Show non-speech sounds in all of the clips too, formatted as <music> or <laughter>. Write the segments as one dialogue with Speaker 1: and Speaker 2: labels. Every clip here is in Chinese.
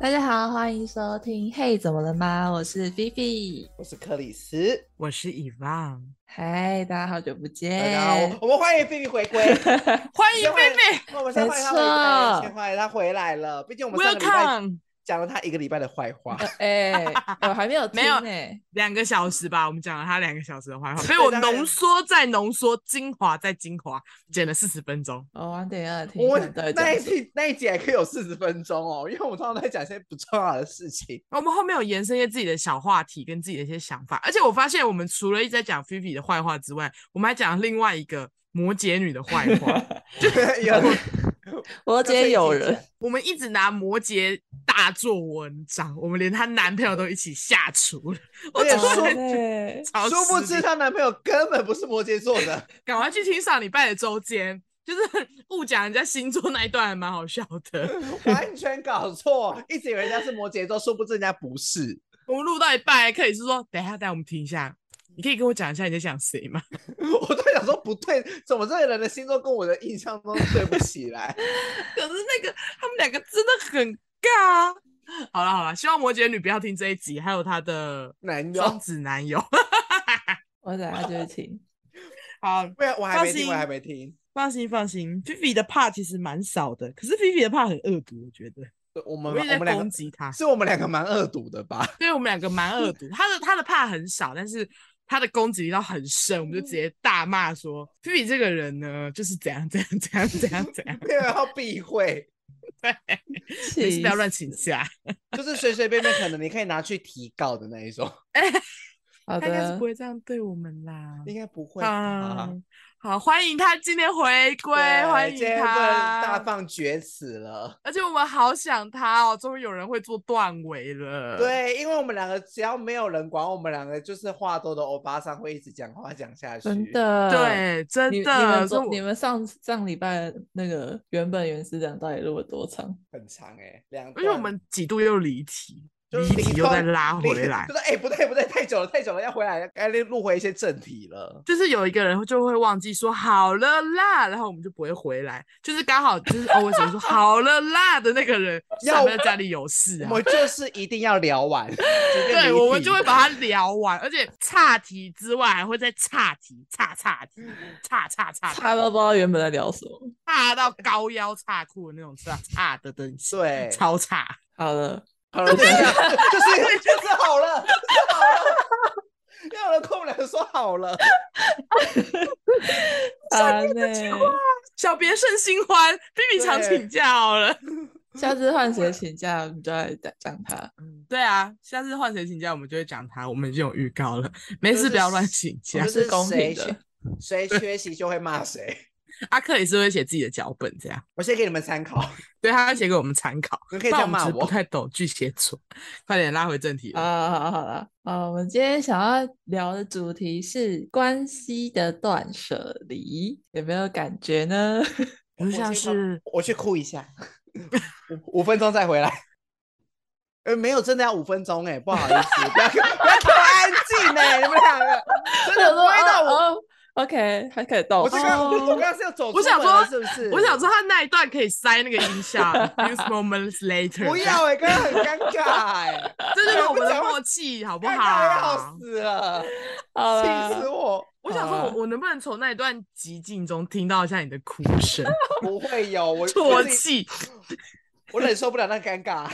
Speaker 1: 大家好，欢迎收听《嘿，怎么了吗》？我是菲菲。
Speaker 2: 我是克里斯，
Speaker 3: 我是以望，
Speaker 1: 嗨，大家好久不见！
Speaker 2: 大家
Speaker 1: 哎
Speaker 2: 好，我们欢迎菲菲回归，
Speaker 3: 欢
Speaker 2: 先欢迎
Speaker 3: 贝
Speaker 2: 我们
Speaker 1: 没
Speaker 2: 先欢迎她回
Speaker 1: 错
Speaker 2: 归，先欢迎她回来了。毕竟我们上个礼拜
Speaker 3: ，Welcome，
Speaker 2: 讲了她一个礼拜的坏话，
Speaker 1: 哎、我还没有听
Speaker 3: 没有
Speaker 1: 呢、
Speaker 3: 两个小时吧，我们讲了他两个小时的坏话，
Speaker 2: 对
Speaker 3: 所以我
Speaker 2: 大概
Speaker 3: 浓缩再浓缩，精华再精华，剪了四十分钟。
Speaker 1: 我晚点要听
Speaker 2: 我
Speaker 1: 一下
Speaker 2: 们
Speaker 1: 到底
Speaker 2: 那
Speaker 1: 讲
Speaker 2: 一
Speaker 1: 什么
Speaker 2: 集那一集还可以有四十分钟哦，因为我们通常都在讲一些不重要的事情。
Speaker 3: 我们后面有延伸一些自己的小话题跟自己的一些想法，而且我发现我们除了一直在讲菲菲的坏话之外，我们还讲另外一个摩羯女的坏 <laughs> 话。
Speaker 2: 有
Speaker 1: 我今天有人，
Speaker 3: 我们一直拿摩羯大做文章，我们连她男朋友都一起下厨了。我
Speaker 2: 而且
Speaker 3: 真
Speaker 2: 说
Speaker 3: 的
Speaker 1: 对，
Speaker 3: 超
Speaker 2: 殊不
Speaker 3: 失
Speaker 2: 知
Speaker 3: 礼
Speaker 2: 她男朋友根本不是摩羯座的，
Speaker 3: 赶快去听上礼拜的周间， <laughs> 就是误讲人家星座那一段，还蛮好笑 <laughs> 的。
Speaker 2: 完全搞错，一直以为人家是摩羯座，殊不知人家不是。
Speaker 3: 我们录到一半，克里斯说：“等一下，带我们听一下，你可以跟我讲一下你在讲谁吗
Speaker 2: 我都想说不对，怎么这个人的星座跟我的印象中对不起来？？”
Speaker 3: <laughs> 可是那个他们两个真的很尬。啊好了好了，希望摩羯女不要听这一集，还有她的
Speaker 2: 男友，
Speaker 3: 双子男友。
Speaker 1: 我等下就会听。
Speaker 3: <laughs> 好，
Speaker 2: 不然我还没
Speaker 3: 放
Speaker 2: 听，
Speaker 3: 心
Speaker 2: 我还没听。
Speaker 3: 放心放心菲菲的怕其实蛮少的，可是菲菲的怕很恶毒，我觉得
Speaker 2: 对我们我
Speaker 3: 我一直在
Speaker 2: 们两
Speaker 3: 攻
Speaker 2: 个
Speaker 3: 击她。
Speaker 2: 是我们两个蛮恶毒的吧？ <laughs>
Speaker 3: 对我们两个蛮恶毒，他的他的怕很少，但是他的攻击力到很深，我们就直接大骂说菲比这个人呢，就是怎样怎样怎样怎样
Speaker 2: <laughs>
Speaker 3: 怎样，
Speaker 2: 没有要避讳，
Speaker 3: 没事
Speaker 1: 气
Speaker 3: 不要乱
Speaker 1: 死
Speaker 3: 请假。
Speaker 2: 就是随随便便可能你可以拿去提告的那一种， <laughs>
Speaker 1: 好
Speaker 3: 他应该是
Speaker 1: 的
Speaker 3: 不，会这样对我们啦。
Speaker 2: 应该不会吧
Speaker 3: 啊，，好，欢迎他今天回归，
Speaker 2: 对
Speaker 3: 欢
Speaker 2: 今
Speaker 3: 迎
Speaker 2: 天不能大
Speaker 3: 他。
Speaker 2: 放厥词了。
Speaker 3: 而且我们好想他哦，终于有人会做断尾了。，
Speaker 2: 对，因为我们两个只要没有人管我们两个，就是话多的欧巴桑会一直讲话讲下去。
Speaker 1: 真，的，。
Speaker 3: 对，真
Speaker 1: 你你
Speaker 3: 的，
Speaker 1: 们
Speaker 3: 所以
Speaker 1: 昨
Speaker 3: 我
Speaker 1: 你们上上礼拜那个原本原始讲到底录了多长？
Speaker 2: 很长哎、两
Speaker 3: 而且我
Speaker 2: 段
Speaker 3: 们几度又离题，
Speaker 2: 就是
Speaker 3: 离题又
Speaker 2: 段
Speaker 3: 再拉
Speaker 2: 离
Speaker 3: 回来
Speaker 2: 就。是哎、不对不对，太久了太久了，要回来了该录回一些正题了。
Speaker 3: 就是有一个人就会忘记说好了啦，然后我们就不会回来。就是刚好就是 always 会说好了啦的那个人，就是
Speaker 2: 要
Speaker 3: 他们在家里有事啊
Speaker 2: 我。们就是一定要聊
Speaker 3: <laughs>
Speaker 2: 完，对
Speaker 3: 对，我们就会把它聊完，而且岔题之外还会再岔题、岔岔题、
Speaker 2: 嗯
Speaker 3: 岔岔岔
Speaker 1: 他都不知道原本在聊什么。
Speaker 3: 岔到高腰岔裤的那种岔岔的东西，
Speaker 2: 对
Speaker 3: 超岔。
Speaker 1: 好了，
Speaker 2: 好了，就是啊就是 <laughs> 就是好了，就是好了。要有人跟我们两个说好了，
Speaker 1: 啊，那
Speaker 3: 小别胜新欢，比比常
Speaker 2: 对
Speaker 3: 请假好
Speaker 2: <laughs>
Speaker 3: 了。
Speaker 1: 下次换谁请假，你就来讲讲他。
Speaker 3: 对啊，下次换谁请假，我们就会讲他，我们已经有预告了。没
Speaker 2: 就
Speaker 3: 事，
Speaker 2: 是
Speaker 3: 不要乱请假
Speaker 1: 我
Speaker 2: 就。
Speaker 1: 是公平的
Speaker 2: 谁缺，谁缺席就会骂谁。
Speaker 3: 阿克也是会写自己的脚本，这样，
Speaker 2: 我先给你们参考，
Speaker 3: 对他会写给我们参考。
Speaker 2: 你们可
Speaker 3: 不
Speaker 2: 以这
Speaker 3: 然
Speaker 2: 样
Speaker 3: 我们
Speaker 2: 骂
Speaker 3: 只是不
Speaker 2: 我。
Speaker 3: 太懂巨蟹座，快点拉回正题了。
Speaker 1: 啊，好啦好啦，啊，我们今天想要聊的主题是关系的断舍离，有没有感觉呢？
Speaker 3: 我
Speaker 2: 我
Speaker 3: 就像
Speaker 2: 先放
Speaker 3: 是
Speaker 2: 我去哭一下，五五分钟再回来。呃，没有，真的要五分钟哎、不好意思，不要不要太安静哎、你们两个真的
Speaker 1: 我
Speaker 2: 不
Speaker 1: 说
Speaker 2: 会到我。
Speaker 1: 哦哦，OK，还可以到
Speaker 2: 我这个我刚刚是要走出
Speaker 3: 我想
Speaker 2: 门了
Speaker 3: 说
Speaker 2: 是不是？
Speaker 3: 我想说他那一段可以塞那个
Speaker 2: <laughs>
Speaker 3: 音效，few moments later。
Speaker 2: 不要，哎、刚刚很尴尬哎、
Speaker 3: 这就是我们
Speaker 2: 不
Speaker 3: 的
Speaker 2: 想
Speaker 3: 默契，好不
Speaker 2: 尴尬要
Speaker 3: 好？
Speaker 2: 死了，
Speaker 1: 好
Speaker 2: 气死
Speaker 1: 了，
Speaker 2: 我！
Speaker 3: 我想说我，我能不能从那一段极境中听到一下你的哭
Speaker 2: <laughs>
Speaker 3: 声、 <laughs>
Speaker 2: 不会有我我
Speaker 3: 啜
Speaker 2: 自己
Speaker 3: 泣？
Speaker 2: 我忍受不了那尴尬。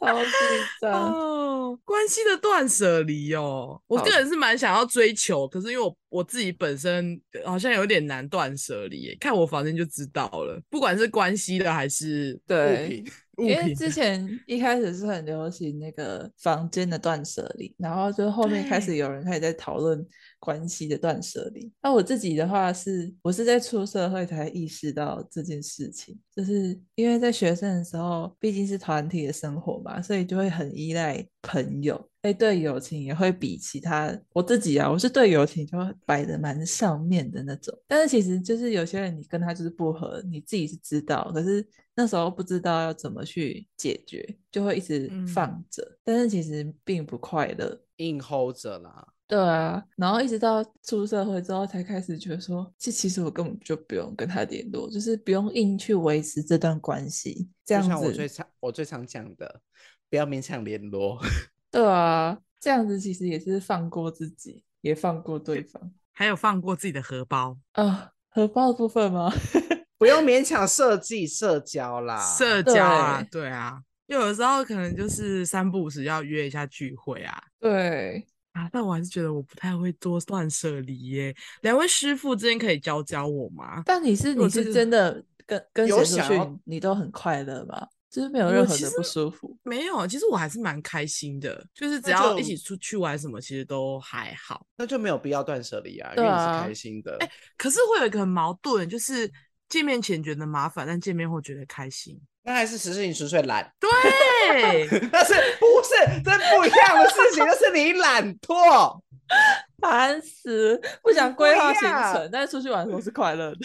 Speaker 1: 超紧张。
Speaker 3: 哦，关系的断舍离哦，我
Speaker 1: 啊好
Speaker 3: 个人是蛮想要追求，可是因为我我自己本身呃好像有点难断舍离耶，看我房间就知道了，不管是关系的还是
Speaker 2: 物
Speaker 1: 对，
Speaker 2: 品
Speaker 3: 物
Speaker 1: 因为
Speaker 3: 品 <laughs>
Speaker 1: 之
Speaker 3: 的，
Speaker 1: 前一开始是很流行那个房间的断舍离，然后就后面开始
Speaker 3: 对
Speaker 1: 有人开始在讨论关系的断舍离。那我自己的话是，我是在出社会才意识到这件事情，就是因为在学生的时候，毕竟是团体的生活嘛，所以就会很依赖朋友。哎，对友情也会比其他我自己啊，我是对友情就会摆的蛮上面的那种。但是其实就是有些人你跟他就是不合，你自己是知道，可是那时候不知道要怎么去解决，就会一直
Speaker 3: 嗯
Speaker 1: 放着。但是其实并不快乐，
Speaker 2: 硬 hold 着啦，
Speaker 1: 对啊，然后一直到出社会之后，才开始觉得说，其其实我根本就不用跟他联络，就是不用硬去维持这段关系，这样
Speaker 2: 就像我最
Speaker 1: 子，
Speaker 2: 常我最常讲的，不要勉强联络。 <laughs>
Speaker 1: 对啊，这样子其实也是放过自己，也放过对方
Speaker 3: 还有放过自己的荷包，
Speaker 1: 啊。荷包的部分吗？ <laughs>
Speaker 2: 不用勉强设计社交啦，
Speaker 3: 社交啊，对啊，因为有时候可能就是三不五时要约一下聚会啊。
Speaker 1: 对，
Speaker 3: 啊，但我还是觉得我不太会做断舍离耶。两位师傅之间可以教教我吗？
Speaker 1: 但你是
Speaker 3: 我
Speaker 1: 你
Speaker 3: 这
Speaker 1: 是
Speaker 3: 个
Speaker 1: 真的跟跟
Speaker 2: 有
Speaker 1: 谁
Speaker 2: 想
Speaker 1: 出去
Speaker 2: 要，
Speaker 1: 你都很快乐吗？就是没有
Speaker 3: 我
Speaker 1: 任何
Speaker 3: 其
Speaker 1: 的
Speaker 3: 实
Speaker 1: 不舒服。
Speaker 3: 没有，其实我还是蛮开心的，就是只
Speaker 2: 那
Speaker 3: 要
Speaker 2: 就
Speaker 3: 一起出去玩什么，其实都还好。
Speaker 2: 那就没有必要断舍离啊，因
Speaker 1: 对
Speaker 2: 为你
Speaker 1: 啊
Speaker 2: 是开心的。
Speaker 3: 可是会有一个很矛盾，就是见面前觉得麻烦，但见面后觉得开心。
Speaker 2: 那还是实事你实岁懒， <laughs>
Speaker 3: 对，
Speaker 2: 那是不是这不一样的事情？就是你懒惰，
Speaker 1: <laughs> 烦死！不想
Speaker 2: 不
Speaker 1: 规划
Speaker 2: 一
Speaker 1: 行
Speaker 2: 样
Speaker 1: 程，但是出去玩的时候是快乐的。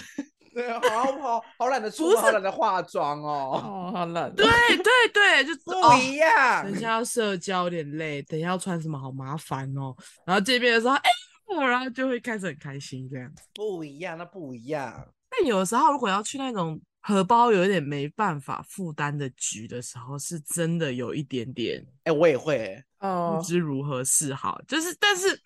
Speaker 2: 对，好好好懒得出
Speaker 3: 不
Speaker 2: 门，好懒得化妆哦，
Speaker 1: 哦，好懒哦。
Speaker 3: 对对对， <laughs> 就
Speaker 2: 不
Speaker 3: 哦
Speaker 2: 一样。
Speaker 3: 等一下要社交有点累，等一下要穿什么好麻烦哦。然后见面的时候，哎、我然后就会开始很开心这样。
Speaker 2: 不一样，那不一样。
Speaker 3: 但有的时候如果要去那种荷包有一点没办法负担的局的时候，是真的有一点点
Speaker 2: 哎、我也会欸、
Speaker 3: 不
Speaker 1: 哦，
Speaker 3: 知如何是好。就是，但是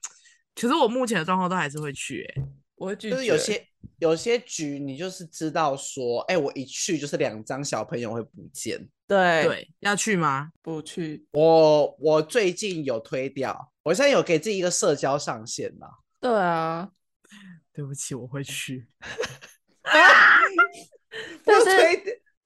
Speaker 3: 其实我目前的状况都还是会去、欸，
Speaker 1: 我会拒
Speaker 2: 就
Speaker 1: 绝。
Speaker 2: 是有些有些局，你就是知道说，哎、我一去就是两张小朋友会不见。
Speaker 1: 对
Speaker 3: 对，要去吗？
Speaker 1: 不去，
Speaker 2: 我我最近有推掉，我现在有给自己一个社交上限啦。
Speaker 1: 对啊，
Speaker 3: 对不起，我会去。
Speaker 2: 我
Speaker 1: 但
Speaker 2: 有
Speaker 1: 是
Speaker 2: 推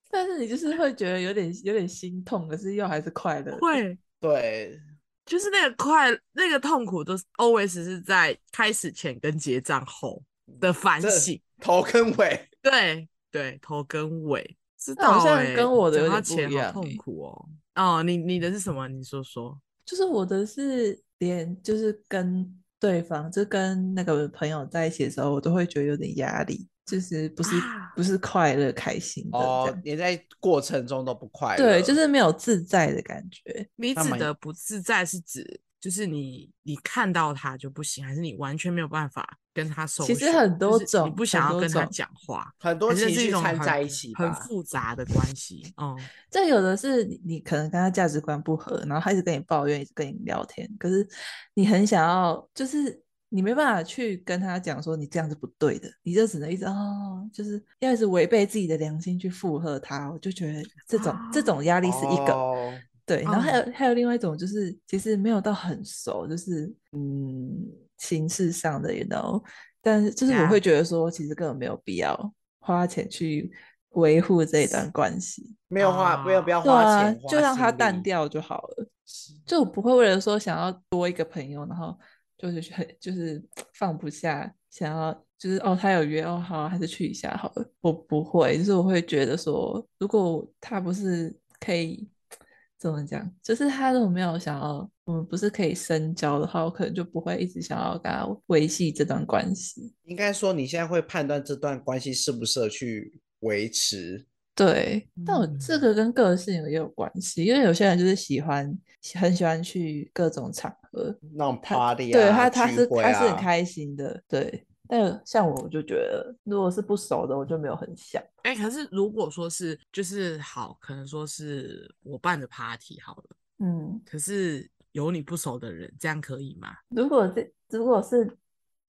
Speaker 1: 但是你就是会觉得有点有点心痛，可是又还是快乐的。
Speaker 3: 会，
Speaker 2: 对
Speaker 3: 就是那个快，那个痛苦都是 always 是在开始前跟结账后的
Speaker 1: 嗯
Speaker 3: 反
Speaker 2: 这
Speaker 3: 省。
Speaker 2: 头跟
Speaker 1: <laughs>
Speaker 2: 尾，
Speaker 3: 对对，头跟尾，知
Speaker 1: 那好
Speaker 3: 道
Speaker 1: 像
Speaker 3: 欸
Speaker 1: 跟我的
Speaker 3: 讲
Speaker 1: 有
Speaker 3: 到
Speaker 1: 点不
Speaker 3: 钱
Speaker 1: 一
Speaker 3: 好
Speaker 1: 样
Speaker 3: 痛
Speaker 1: 欸
Speaker 3: 苦哦。哦，你你的是什么？你说说。
Speaker 1: 就是我的是连就是跟对方，就跟那个朋友在一起的时候，我都会觉得有点压力，就是不是、
Speaker 3: 啊
Speaker 1: 不是快乐开心的这
Speaker 2: 哦
Speaker 1: 样，，
Speaker 2: 你在过程中都不快乐。
Speaker 1: 对，就是没有自在的感觉。
Speaker 3: 你
Speaker 2: 那
Speaker 3: 指
Speaker 2: 蛮
Speaker 3: 的不自在是指就是你你看到他就不行，还是你完全没有办法跟他收？
Speaker 1: 其实很多
Speaker 3: 就是你
Speaker 1: 种
Speaker 3: 不想
Speaker 1: 很
Speaker 3: 要
Speaker 1: 多
Speaker 3: 跟他
Speaker 1: 种
Speaker 3: 讲话，
Speaker 2: 很多
Speaker 3: 还是
Speaker 2: 情
Speaker 3: 是一
Speaker 2: 绪
Speaker 3: 种
Speaker 2: 掺
Speaker 3: 很
Speaker 2: 在一起
Speaker 3: 很
Speaker 2: 吧。
Speaker 3: 复杂的关系。哦，
Speaker 1: 这有的是你你可能跟他价值观不合，然后他一直跟你抱怨，一直跟你聊天，可是你很想要，就是你没办法去跟他讲说你这样是不对的，你就只能一直哦，就是要一直违背自己的良心去附和他。我就觉得这种、这种压力是一个，
Speaker 2: 哦
Speaker 1: 对，然后还
Speaker 3: 哦
Speaker 1: 有、还有另外一种就是其实没有到很熟，就是嗯形式上的，you know，但是就是我
Speaker 3: 呀
Speaker 1: 会觉得说其实根本没有必要花钱去维护这一段关系。
Speaker 2: 没有花，没有
Speaker 3: 啊
Speaker 2: 不要
Speaker 1: 对
Speaker 2: 花
Speaker 1: 啊
Speaker 2: 钱，，花
Speaker 1: 就让
Speaker 2: 心
Speaker 1: 它淡
Speaker 2: 力。
Speaker 1: 掉就好了。就我不会为了说想要多一个朋友，然后就是去很就是放不下，想要就是哦，他有约哦，好啊，还是去一下好了。我不会，就是我会觉得说，如果他不是可以怎么讲，就是他如果没有想要我们不是可以深交的话，我可能就不会一直想要跟他维系这段关系。
Speaker 2: 应该说，你现在会判断这段关系适不适合去维持。
Speaker 1: 对，但我这
Speaker 3: 嗯
Speaker 1: 个跟个性也有关系，因为有些人就是喜欢很喜欢去各种场合，
Speaker 2: 那种
Speaker 1: 他
Speaker 2: party 啊，
Speaker 1: 对他他
Speaker 2: 聚
Speaker 1: 是
Speaker 2: 会
Speaker 1: 他是很
Speaker 2: 啊
Speaker 1: 开心的，对。但像我，我就觉得如果是不熟的，我就没有很想。
Speaker 3: 哎、可是如果说是就是好，可能说是我办的 party 好了，
Speaker 1: 嗯，
Speaker 3: 可是有你不熟的人，这样可以吗？
Speaker 1: 如果这如果是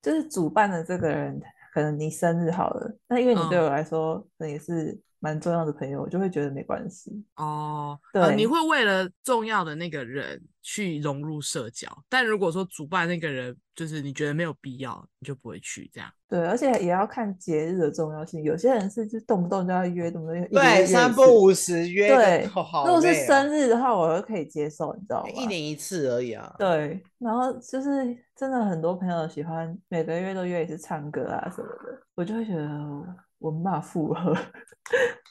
Speaker 1: 就是主办的这个人，可能你生日好了，那因为你对
Speaker 3: 嗯
Speaker 1: 我来说，可能也是蛮重要的朋友，我就会觉得没关系。
Speaker 3: 哦，呃你
Speaker 1: 对
Speaker 3: 会为了重要的那个人去融入社交，但如果说主办那个人就是你觉得没有必要，你就不会去这样。
Speaker 1: 对，而且也要看节日的重要性。有些人是就动不动就要约，动不动就一个月约
Speaker 2: 对
Speaker 1: 一
Speaker 2: 三
Speaker 1: 次
Speaker 2: 不五时约个
Speaker 1: 对，
Speaker 2: 头好
Speaker 1: 如果是
Speaker 2: 累哦
Speaker 1: 生日的话，我又可以接受，你知道吗？
Speaker 2: 一年一次而已啊。
Speaker 1: 对，然后就是真的很多朋友喜欢每个月都约一次唱歌啊什么的，我就会觉得我没办法负荷。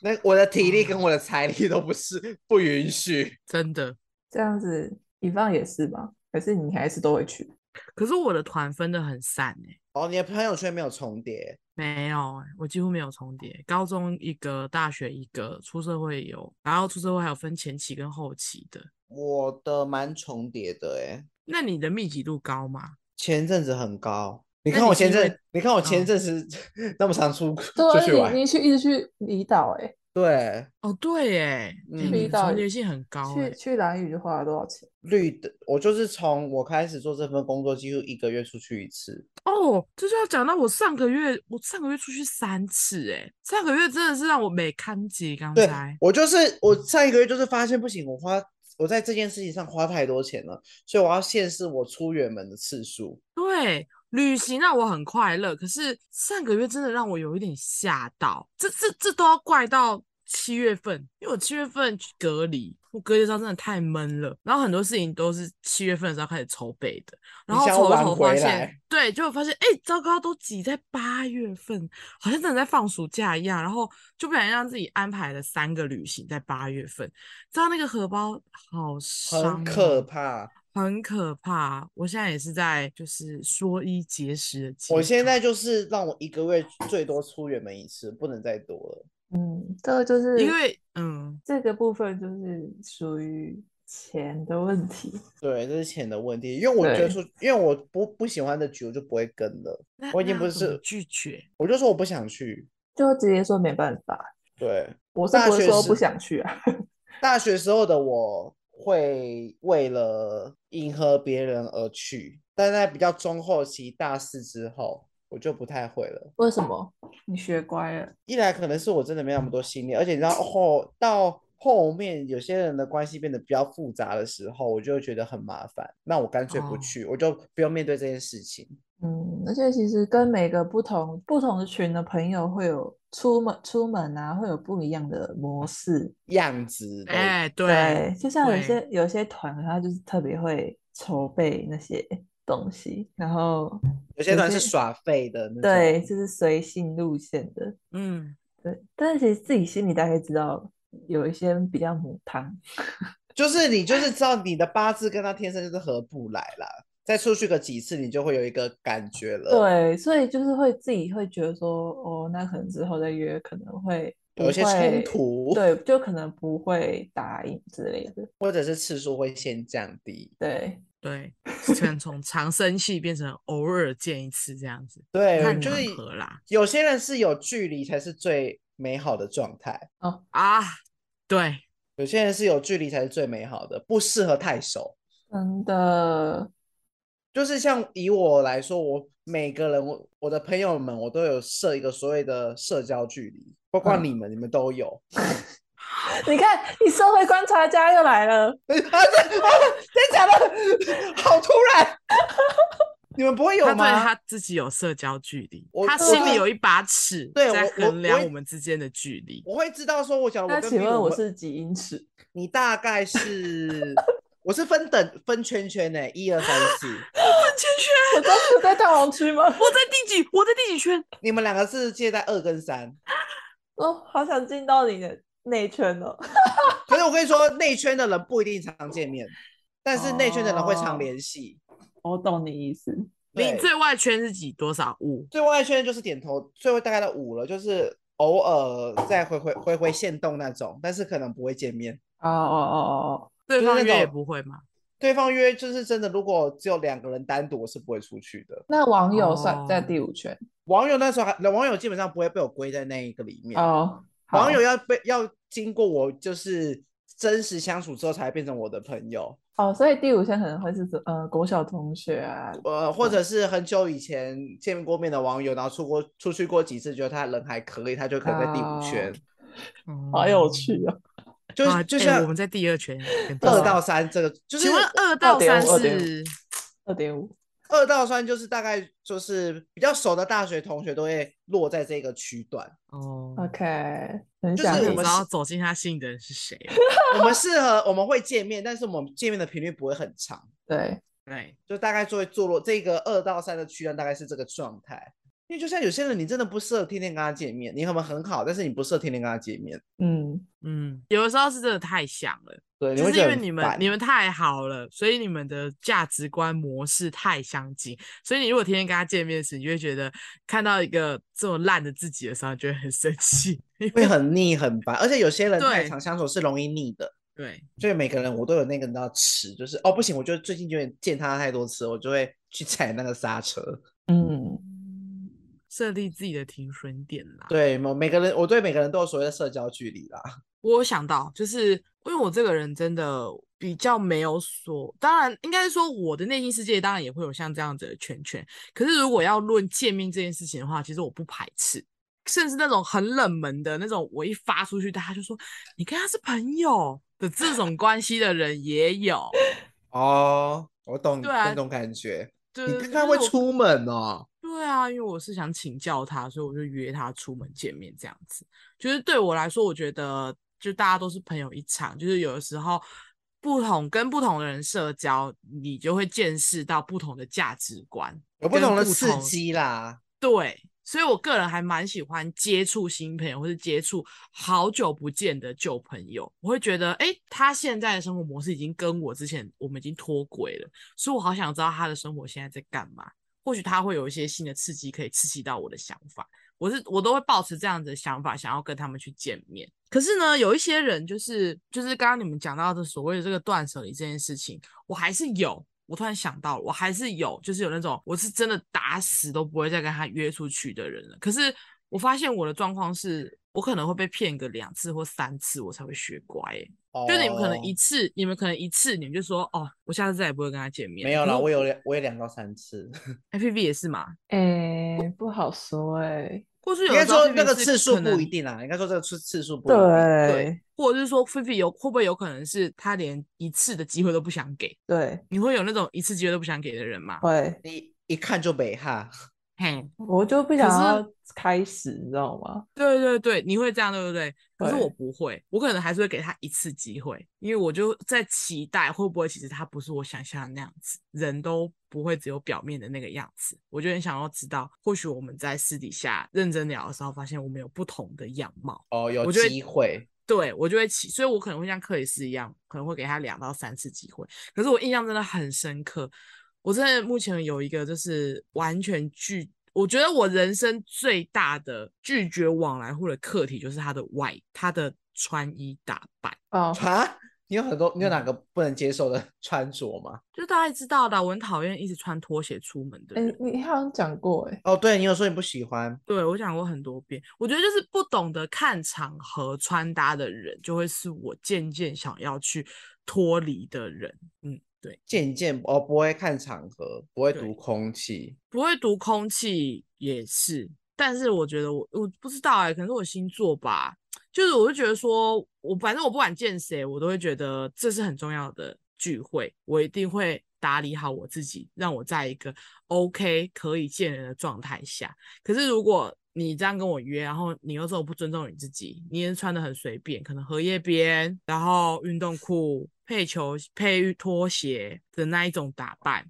Speaker 2: 那我的体力
Speaker 1: 啊
Speaker 2: 跟我的财力都不是不允许。
Speaker 3: 真的。
Speaker 1: 这样子，以放也是吧？可是你还是都会去，
Speaker 3: 可是我的团分的很散哎、
Speaker 2: 哦，你的朋友圈没有重叠，
Speaker 3: 没有欸，我几乎没有重叠。高中一个，大学一个，出社会有，然后出社会还有分前期跟后期的。
Speaker 2: 我的蛮重叠的哎、
Speaker 3: 那你的密集度高吗？
Speaker 2: 前阵子很高。你
Speaker 3: 那
Speaker 2: 看
Speaker 3: 你
Speaker 2: 我
Speaker 3: 是
Speaker 2: 前
Speaker 3: 因为
Speaker 2: 阵，你看我前阵子 <laughs> 那么常出出去
Speaker 1: 嗯对啊，
Speaker 2: 玩
Speaker 1: 你，你去一直去离岛哎，
Speaker 2: 对，
Speaker 3: 哦，对，哎，
Speaker 2: 嗯
Speaker 3: 你
Speaker 2: 去
Speaker 3: 们
Speaker 1: 到
Speaker 3: 重叠性很高，哎
Speaker 1: 去，去蓝屿就花了多少钱？
Speaker 2: 绿的，我就是从我开始做这份工作，几乎一个月出去一次。
Speaker 3: 哦，这就要讲到我上个月，我上个月出去三次，哎，上个月真的是让我没看几刚
Speaker 2: 对
Speaker 3: 才，
Speaker 2: 我就是我上一个月就是发现不行，我花我在这件事情上花太多钱了，所以我要限制我出远门的次数。
Speaker 3: 对，旅行让我很快乐，可是上个月真的让我有一点吓到，这这这都要怪到七月份，因为我七月份去隔离，我隔离的时候真的太闷了，然后很多事情都是七月份的时候开始筹备的，然
Speaker 2: 你
Speaker 3: 后
Speaker 2: 想要
Speaker 3: 筹一
Speaker 2: 挽
Speaker 3: 筹发
Speaker 2: 回
Speaker 3: 现
Speaker 2: 来，
Speaker 3: 对，就发现哎、糟糕，都挤在八月份，好像真的在放暑假一样，然后就不小心让自己安排了三个旅行在八月份，知道那个荷包好伤、哦，
Speaker 2: 很可怕。
Speaker 3: 很可怕，我现在也是在就是说一节食的阶
Speaker 2: 我现
Speaker 3: 段
Speaker 2: 在就是让我一个月最多出远门一次，不能再多了。
Speaker 1: 嗯，这个就是
Speaker 3: 因为嗯，
Speaker 1: 这个部分就是属于钱的问题。
Speaker 2: 对，这是钱的问题，因为我觉得
Speaker 1: 对
Speaker 2: 出，因为我不不喜欢的局，我就不会跟了。
Speaker 3: 那
Speaker 2: 我已
Speaker 3: 那
Speaker 2: 经不
Speaker 3: 要怎么
Speaker 2: 是
Speaker 3: 拒绝，
Speaker 2: 我就说我不想去。
Speaker 1: 就直接说没办法，
Speaker 2: 对，
Speaker 1: 我是
Speaker 2: 大
Speaker 1: 不会
Speaker 2: 学
Speaker 1: 说不
Speaker 2: 时
Speaker 1: 想去啊。 <laughs>
Speaker 2: 大学时候的我会为了迎合别人而去，但在比较中后期大四之后，我就不太会了。
Speaker 1: 为什么？你学乖了，
Speaker 2: 一来可能是我真的没那么多心力，而且你知道后到后面有些人的关系变得比较复杂的时候，我就会觉得很麻烦，那我干脆不
Speaker 3: 哦
Speaker 2: 去，我就不用面对这件事情。
Speaker 1: 嗯，而且其实跟每个不同不同的群的朋友会有出门出门啊，会有不一样的模式。
Speaker 2: 样子的，
Speaker 3: 哎、对，
Speaker 1: 就像有
Speaker 3: 对
Speaker 1: 些有些团，他就是特别会筹备那些 <laughs> 东西，然后
Speaker 2: 有些团
Speaker 1: 有
Speaker 2: 是
Speaker 1: 些
Speaker 2: 耍废的那种。
Speaker 1: 对，就是随性路线的。
Speaker 3: 嗯，
Speaker 1: 对，但是其实自己心里大概知道有一些比较母汤，
Speaker 2: 就是你就是知道你的八字跟他天生就是合不来啦，再出去个几次你就会有一个感觉了。。
Speaker 1: 对，所以就是会自己会觉得说，哦，那可能之后再约可能会
Speaker 2: 有
Speaker 1: 不
Speaker 2: 一些冲
Speaker 1: 会，
Speaker 2: 突，，
Speaker 1: 对，就可能不会答应之类的，
Speaker 2: 或者是次数会先降低。
Speaker 1: 对，
Speaker 3: 对，可能从常生气变成偶尔见一次这样子，
Speaker 2: 对，
Speaker 3: 看
Speaker 2: 哎就
Speaker 3: 场
Speaker 2: 是
Speaker 3: 合啦
Speaker 2: 有些人是有距离才是最美好的状态，
Speaker 3: 啊，对，
Speaker 2: 有些人是有距离才是最美好的，不适合太熟。
Speaker 1: 真的， <laughs>
Speaker 2: 就是像以我来说，我每个人，我我的朋友们，我都有设一个所谓的社交距离，包括
Speaker 1: 嗯
Speaker 2: 你们，你们都有。 <laughs>
Speaker 1: 你看，你社会观察家又来了，
Speaker 2: 啊，这啊，真假的， <laughs> 好突然。你们不会有
Speaker 3: 他对
Speaker 2: 吗？
Speaker 3: 他自己有社交距离
Speaker 2: 我，
Speaker 3: 他
Speaker 2: 我
Speaker 3: 心里
Speaker 2: 会
Speaker 3: 有一把尺
Speaker 2: 对
Speaker 3: 在
Speaker 2: 我我
Speaker 3: 衡
Speaker 2: 我
Speaker 3: 量
Speaker 2: 也
Speaker 3: 我们之间的距离。
Speaker 2: 我会知道说，我想
Speaker 1: 那
Speaker 2: 我跟
Speaker 1: 请
Speaker 2: B
Speaker 1: 问
Speaker 2: 五
Speaker 1: 我
Speaker 2: 会
Speaker 1: 是几英尺？ <laughs>
Speaker 2: 你大概是，我是分等分圈圈呢、一二三四，
Speaker 3: 圈圈，
Speaker 1: 我在我在大王区吗？ <laughs>
Speaker 3: 我在第几？我在第几圈？
Speaker 2: 你们两个是介在二跟三。
Speaker 1: 哦，好想进到你的内圈哦，
Speaker 2: 可是我跟你说，内圈的人不一定常见面，但是内圈的人会常
Speaker 1: 哦
Speaker 2: 联系。
Speaker 1: 我懂你意思，
Speaker 3: 你
Speaker 2: 对
Speaker 3: 最外圈是几多少？五
Speaker 2: 最外圈就是点头，最后大概到五了，就是偶尔再回回回回线动那种，但是可能不会见面。
Speaker 1: 哦哦哦哦
Speaker 3: 对
Speaker 2: 就是
Speaker 3: 方
Speaker 2: 那
Speaker 3: 约也
Speaker 2: 种
Speaker 3: 不会吗？
Speaker 2: 对方约就是真的，如果只有两个人单独，我是不会出去的。
Speaker 1: 那网友算在
Speaker 3: 哦
Speaker 1: 第五圈
Speaker 2: 网友那时候还，网友基本上不会被我归在那一个里面。
Speaker 1: 哦，
Speaker 2: 网
Speaker 1: 好
Speaker 2: 友要被要经过我就是真实相处之后，才变成我的朋友，
Speaker 1: 哦，所以第五圈可能会是指呃国小同学啊，
Speaker 2: 呃，或
Speaker 3: 嗯
Speaker 2: 者是很久以前见过面的网友，然后出过出去过几次，觉得他人还可以，他就可能在第
Speaker 3: 哦
Speaker 2: 五圈，
Speaker 1: 好
Speaker 3: 嗯
Speaker 1: 有趣哦。
Speaker 2: 就是、
Speaker 3: 啊
Speaker 2: 就
Speaker 3: 欸
Speaker 2: 像
Speaker 3: 我们在第二圈跟第
Speaker 2: 二
Speaker 3: 三
Speaker 2: 到三这个，就是
Speaker 3: 请问二到
Speaker 1: 点
Speaker 3: 三
Speaker 1: 五二点五
Speaker 3: 是
Speaker 1: 二点五，
Speaker 2: 二到三就是大概就是比较熟的大学同学都会落在这个区段，
Speaker 3: 哦
Speaker 1: OK，很
Speaker 2: 就是
Speaker 1: 想
Speaker 2: 我
Speaker 3: 你
Speaker 1: 你
Speaker 3: 知
Speaker 2: 们
Speaker 3: 道
Speaker 2: 是
Speaker 3: 走进他心的人是谁
Speaker 2: <laughs>
Speaker 3: 了？
Speaker 2: 我们适合我们会见面，但是我们见面的频率不会很长，
Speaker 1: 对，
Speaker 3: 对，
Speaker 2: 就大概作为坐落这个二到三的区段，大概是这个状态。因为就像有些人，你真的不适合天天跟他见面，你可能很好，但是你不适合天天跟他见面，
Speaker 1: 嗯，
Speaker 3: 嗯，有的时候是真的太像了，
Speaker 2: 对，你
Speaker 3: 就
Speaker 2: 会
Speaker 3: 是
Speaker 2: 觉
Speaker 3: 因
Speaker 2: 得
Speaker 3: 为
Speaker 2: 很
Speaker 3: 你们
Speaker 2: 烦
Speaker 3: 你们太好了，所以你们的价值观模式太相近，所以你如果天天跟他见面时，你就会觉得看到一个这么烂的自己的时候，你就会很生气。 <laughs>
Speaker 2: 会很腻很烦，而且有些人太
Speaker 3: 对
Speaker 2: 常相处是容易腻的，
Speaker 3: 对，
Speaker 2: 所以每个人我都有那个你知道吃，就是哦不行，我觉得最近有点见他太多次，我就会去踩那个刹车。
Speaker 1: 嗯，
Speaker 3: 设立自己的停损点啦。
Speaker 2: 对，每每个人，我对每个人都有所谓的社交距离啦。
Speaker 3: 我有想到，就是因为我这个人真的比较没有所，当然应该说我的内心世界当然也会有像这样子的圈圈。可是如果要论见面这件事情的话，其实我不排斥，甚至那种很冷门的那种，我一发出去，大家就说你跟他是朋友的这种关系的人也有。
Speaker 2: 哦，我懂
Speaker 3: 对啊
Speaker 2: 那种感觉。
Speaker 3: 对
Speaker 2: 你
Speaker 3: 对
Speaker 2: 跟
Speaker 3: 对
Speaker 2: 他会
Speaker 3: 就是我
Speaker 2: 出门哦？
Speaker 3: 对啊，因为我是想请教他，所以我就约他出门见面这样子。就是对我来说，我觉得就大家都是朋友一场，就是有的时候不同跟不同的人社交，你就会见识到不同的价值观。
Speaker 2: 有不同的
Speaker 3: 跟不
Speaker 2: 刺
Speaker 3: 同
Speaker 2: 激啦。
Speaker 3: 对，所以我个人还蛮喜欢接触新朋友，或是接触好久不见的旧朋友。我会觉得，诶，他现在的生活模式已经跟我之前我们已经脱轨了，所以我好想知道他的生活现在在干嘛。或许他会有一些新的刺激，可以刺激到我的想法。我是我都会抱持这样子的想法，想要跟他们去见面。可是呢，有一些人就是就是刚刚你们讲到的所谓的这个断舍离这件事情，我还是有。我突然想到了，我还是有，就是有那种我是真的打死都不会再跟他约出去的人了。可是我发现我的状况是，我可能会被骗个两次或三次，我才会学乖、欸。就是你们可能一
Speaker 2: 哦
Speaker 3: 次，你们可能一次，你们就说哦，我下次再也不会跟他见面。
Speaker 2: 没有啦，
Speaker 3: 了，
Speaker 2: 我有两，我有两到三次。
Speaker 3: A P P 也是嘛，
Speaker 1: 哎、不好说哎、
Speaker 3: 或是有
Speaker 2: 应该
Speaker 3: 的时候
Speaker 2: 说
Speaker 3: Fifi
Speaker 2: 那个
Speaker 3: 是
Speaker 2: 次数
Speaker 3: 可
Speaker 2: 不一
Speaker 3: 能，
Speaker 2: 定啦，应该说这个次次数不一定。
Speaker 1: 对
Speaker 3: 或者是说菲菲有会不会有可能是他连一次的机会都不想给？
Speaker 1: 对，
Speaker 3: 你会有那种一次机会都不想给的人吗？
Speaker 1: 会，
Speaker 2: 你一看就北哈。
Speaker 3: 嘿，
Speaker 1: 我就不
Speaker 3: 可
Speaker 1: 想
Speaker 3: 是
Speaker 1: 要开始，你知道吗？
Speaker 3: 对对对，你会这样对不对？可是
Speaker 1: 对
Speaker 3: 我不会，我可能还是会给他一次机会，因为我就在期待会不会其实他不是我想象的那样子，人都不会只有表面的那个样子。我就很想要知道，或许我们在私底下认真聊的时候，发现我们有不同的样貌。
Speaker 2: 哦，有
Speaker 3: 我觉得
Speaker 2: 机会。
Speaker 3: 对我就会起，所以我可能会像克里斯一样，可能会给他两到三次机会。可是我印象真的很深刻，我真的目前有一个就是完全拒，我觉得我人生最大的拒绝往来户的课题就是他的外，他的穿衣打扮。
Speaker 1: 哦，
Speaker 2: 啊，你有很多，你有哪个不能接受的 <laughs> 穿着吗？
Speaker 3: 就大家知道的啊，我很讨厌一直穿拖鞋出门的
Speaker 1: 哎、
Speaker 3: 人。
Speaker 1: 你好像讲过哎、
Speaker 2: 哦，对你有说你不喜欢，
Speaker 3: 对，我讲过很多遍，我觉得就是不懂得看场合穿搭的人，就会是我渐渐想要去脱离的人。嗯，对。
Speaker 2: 渐渐哦，不会看场合，不会读
Speaker 3: 对
Speaker 2: 空气。
Speaker 3: 不会读空气也是，但是我觉得我我不知道哎、可能是我星座吧，就是我就觉得说，我反正我不管见谁，我都会觉得这是很重要的聚会，我一定会打理好我自己，让我在一个 OK 可以见人的状态下。可是如果你这样跟我约，然后你又这么不尊重你自己，你也是穿的很随便，可能荷叶边，然后运动裤、配球、配拖鞋的那一种打扮。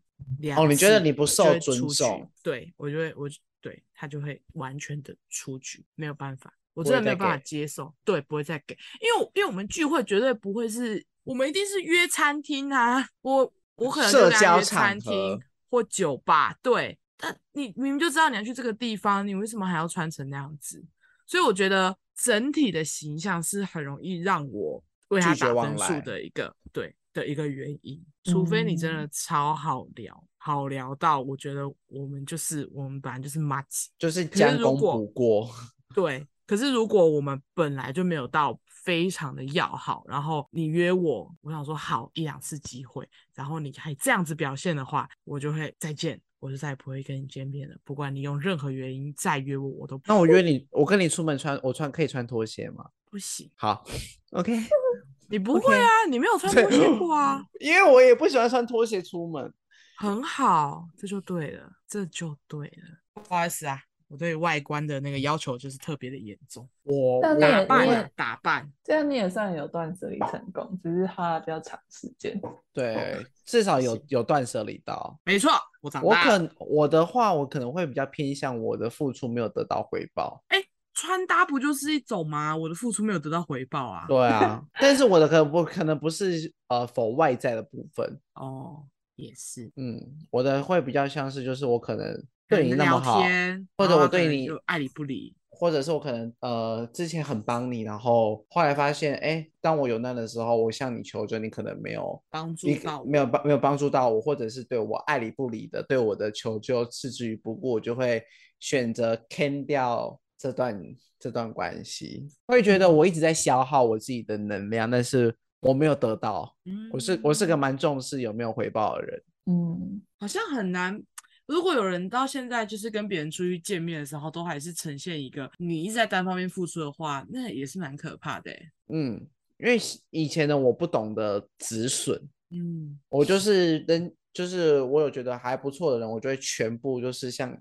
Speaker 2: 哦，你觉得
Speaker 3: 两次
Speaker 2: 你不
Speaker 3: 就
Speaker 2: 受
Speaker 3: 会
Speaker 2: 尊
Speaker 3: 出局
Speaker 2: 重？？
Speaker 3: 对我就会我就对他就会完全的出局，没有办法，我
Speaker 2: 不会
Speaker 3: 真的没有
Speaker 2: 再
Speaker 3: 办法
Speaker 2: 给
Speaker 3: 接受，对，不会再给，因为我因为我们聚会绝对不会是，我们一定是约餐厅啊，我我可能就
Speaker 2: 社
Speaker 3: 跟他
Speaker 2: 交
Speaker 3: 约
Speaker 2: 场
Speaker 3: 餐
Speaker 2: 合
Speaker 3: 厅或酒吧，对，但你明明就知道你要去这个地方，你为什么还要穿成那样子？所以我觉得整体的形象是很容易让我为他
Speaker 2: 拒绝
Speaker 3: 打
Speaker 2: 往
Speaker 3: 分
Speaker 2: 来
Speaker 3: 数的一个对的一个原因，除非你真的超好聊，好聊到我觉得我们就是我们本来就是马吉
Speaker 2: 就是
Speaker 3: 是
Speaker 2: 将
Speaker 3: 如
Speaker 2: 功
Speaker 3: 果
Speaker 2: 补过。
Speaker 3: 对。可是如果我们本来就没有到非常的要好，然后你约我，我想说好一两次机会，然后你还这样子表现的话，我就会再见，我就再也不会跟你见面了。不管你用任何原因再约我，我都
Speaker 2: 那我约你，我跟你出门穿，我穿可以穿拖鞋吗？
Speaker 3: 不行。
Speaker 2: 好，OK。
Speaker 3: 你不会
Speaker 2: OK
Speaker 3: 啊，你没有穿拖鞋过啊，
Speaker 2: 因为我也不喜欢穿拖鞋出门。
Speaker 3: 很好，这就对了，这就对了。不好意思啊，我对外观的那个要求就是特别的严重，
Speaker 2: 我
Speaker 1: 但
Speaker 2: 我
Speaker 1: 那
Speaker 3: 打
Speaker 1: 也
Speaker 3: 扮
Speaker 1: 你
Speaker 3: 啊
Speaker 1: 也，
Speaker 3: 打扮，
Speaker 1: 这样你也算有断舍离成功，只是花了比较长时间。
Speaker 2: 对，至少有有断舍离到。
Speaker 3: 没错，我长
Speaker 2: 我
Speaker 3: 大
Speaker 2: 可
Speaker 3: 了。
Speaker 2: 能我的话，我可能会比较偏向我的付出没有得到回报。
Speaker 3: 穿搭不就是一种吗？我的付出没有得到回报啊。
Speaker 2: 对啊， <laughs> 但是我的可能不可能不是呃否外在的部分，
Speaker 3: 哦，也是。
Speaker 2: 嗯，我的会比较像是就是我可能
Speaker 3: 可
Speaker 2: 对
Speaker 3: 能
Speaker 2: 你那么
Speaker 3: 聊
Speaker 2: 好，
Speaker 3: 天，
Speaker 2: 或者
Speaker 3: 然后
Speaker 2: 我
Speaker 3: 他可
Speaker 2: 对
Speaker 3: 能
Speaker 2: 你
Speaker 3: 啊就爱理不理。
Speaker 2: 或者是我可能呃之前很帮你，然后后来发现，哎，当我有难的时候，我向你求救，你可能没有
Speaker 3: 帮助
Speaker 2: 你
Speaker 3: 到我
Speaker 2: 没有帮没有帮助到我，或者是对我爱理不理的，对我的求救置之于不顾，我就会选择 can 掉这段这段关系。会觉得我一直在消耗我自己的能量，但是我没有得到。我是我是个
Speaker 3: 嗯
Speaker 2: 蛮重视有没有回报的人，
Speaker 1: 嗯，
Speaker 3: 好像很难。如果有人到现在就是跟别人出去见面的时候，都还是呈现一个你一直在单方面付出的话，那也是蛮可怕的欸、
Speaker 2: 嗯，因为以前的我不懂得止损，
Speaker 3: 嗯，
Speaker 2: 我就是人，就是我有觉得还不错的人，我就会全部就是像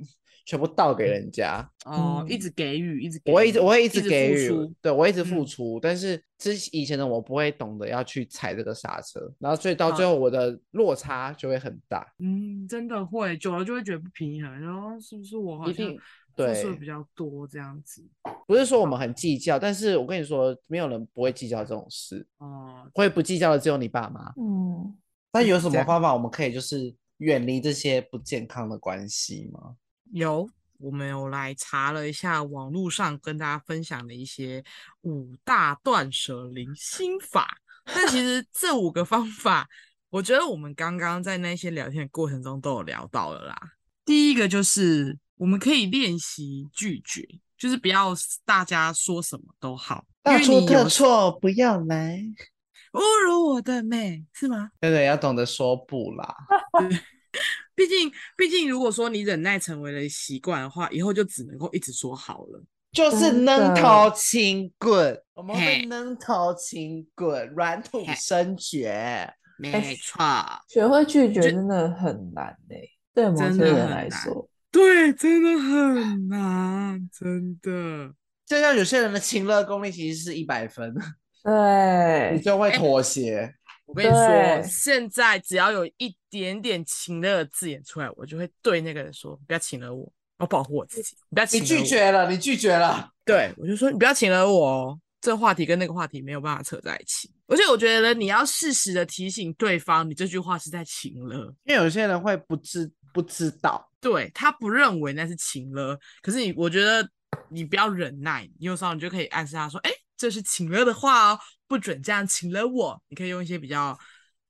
Speaker 2: 全部倒给人家，
Speaker 3: 哦，一
Speaker 1: 嗯
Speaker 3: 直给予，一直给
Speaker 2: 我会一直
Speaker 3: 予
Speaker 2: 我嗯会一直
Speaker 3: 直
Speaker 2: 给
Speaker 3: 付
Speaker 2: 予
Speaker 3: 出，
Speaker 2: 对我会一直付
Speaker 3: 嗯
Speaker 2: 出，但是之前以前的我不会懂得要去踩这个刹车，然后所以到最
Speaker 3: 好
Speaker 2: 后我的落差就会很大，
Speaker 3: 嗯，真的会久了就会觉得不平衡，然后是不是我好
Speaker 2: 一
Speaker 3: 像
Speaker 2: 定
Speaker 3: 付出的
Speaker 2: 对
Speaker 3: 比较多这样子？
Speaker 2: 不是说我们很计较，但是我跟你说，没有人不会计较这种事，
Speaker 3: 哦，
Speaker 2: 会不计较的只有你爸妈。
Speaker 1: 嗯，
Speaker 2: 那有什
Speaker 1: 这
Speaker 2: 么
Speaker 1: 样
Speaker 2: 方法我们可以就是远离这些不健康的关系吗？
Speaker 3: 有，我们有来查了一下网络上跟大家分享的一些五大断舍离心法。但其 <laughs> 实这五个方法，我觉得我们刚刚在那些聊天的过程中都有聊到了啦。第一个就是我们可以练习拒绝，就是不要大家说什么都好，因
Speaker 2: 大
Speaker 3: 为
Speaker 2: 错
Speaker 3: 你
Speaker 2: 特
Speaker 3: 有时
Speaker 2: 错，不要来。
Speaker 3: 侮辱我的美，是吗？
Speaker 2: 对对，要懂得说不啦。
Speaker 3: 毕竟，毕竟，如果说你忍耐成为了习惯的话，以后就只能够一直说好了。
Speaker 2: 就是
Speaker 1: 真的
Speaker 2: 扔头轻滚，我们会
Speaker 3: 嘿
Speaker 2: 扔头轻滚，软土
Speaker 3: 嘿
Speaker 2: 生学。
Speaker 3: 没错，
Speaker 1: 学会拒绝真的很难诶、对某
Speaker 3: 真
Speaker 1: 些
Speaker 3: 的
Speaker 1: 人
Speaker 3: 很
Speaker 1: 来
Speaker 3: 难
Speaker 1: 说，
Speaker 3: 对，真的很难，真的。
Speaker 2: 就像有些人的情乐功力其实是一百分，哎你
Speaker 1: 对，
Speaker 2: 就会妥协。
Speaker 3: 我跟你说，
Speaker 1: 对
Speaker 3: 现在只要有一点点“情勒”的字眼出来，我就会对那个人说：“不要情勒我，我保护我自己，你不要
Speaker 2: 你
Speaker 3: 请
Speaker 2: 拒。绝了，你拒绝了。”
Speaker 3: 对，我就说：“你不要情勒我哦。”这个话题跟那个话题没有办法扯在一起，而且我觉得你要适时的提醒对方，你这句话是在情勒。
Speaker 2: 因为有些人会不知不知道，
Speaker 3: 对他不认为那是情勒，可是你，我觉得你不要忍耐，你有时候你就可以暗示他说：“哎，这是情勒的话哦，不准这样情勒我。”你可以用一些比较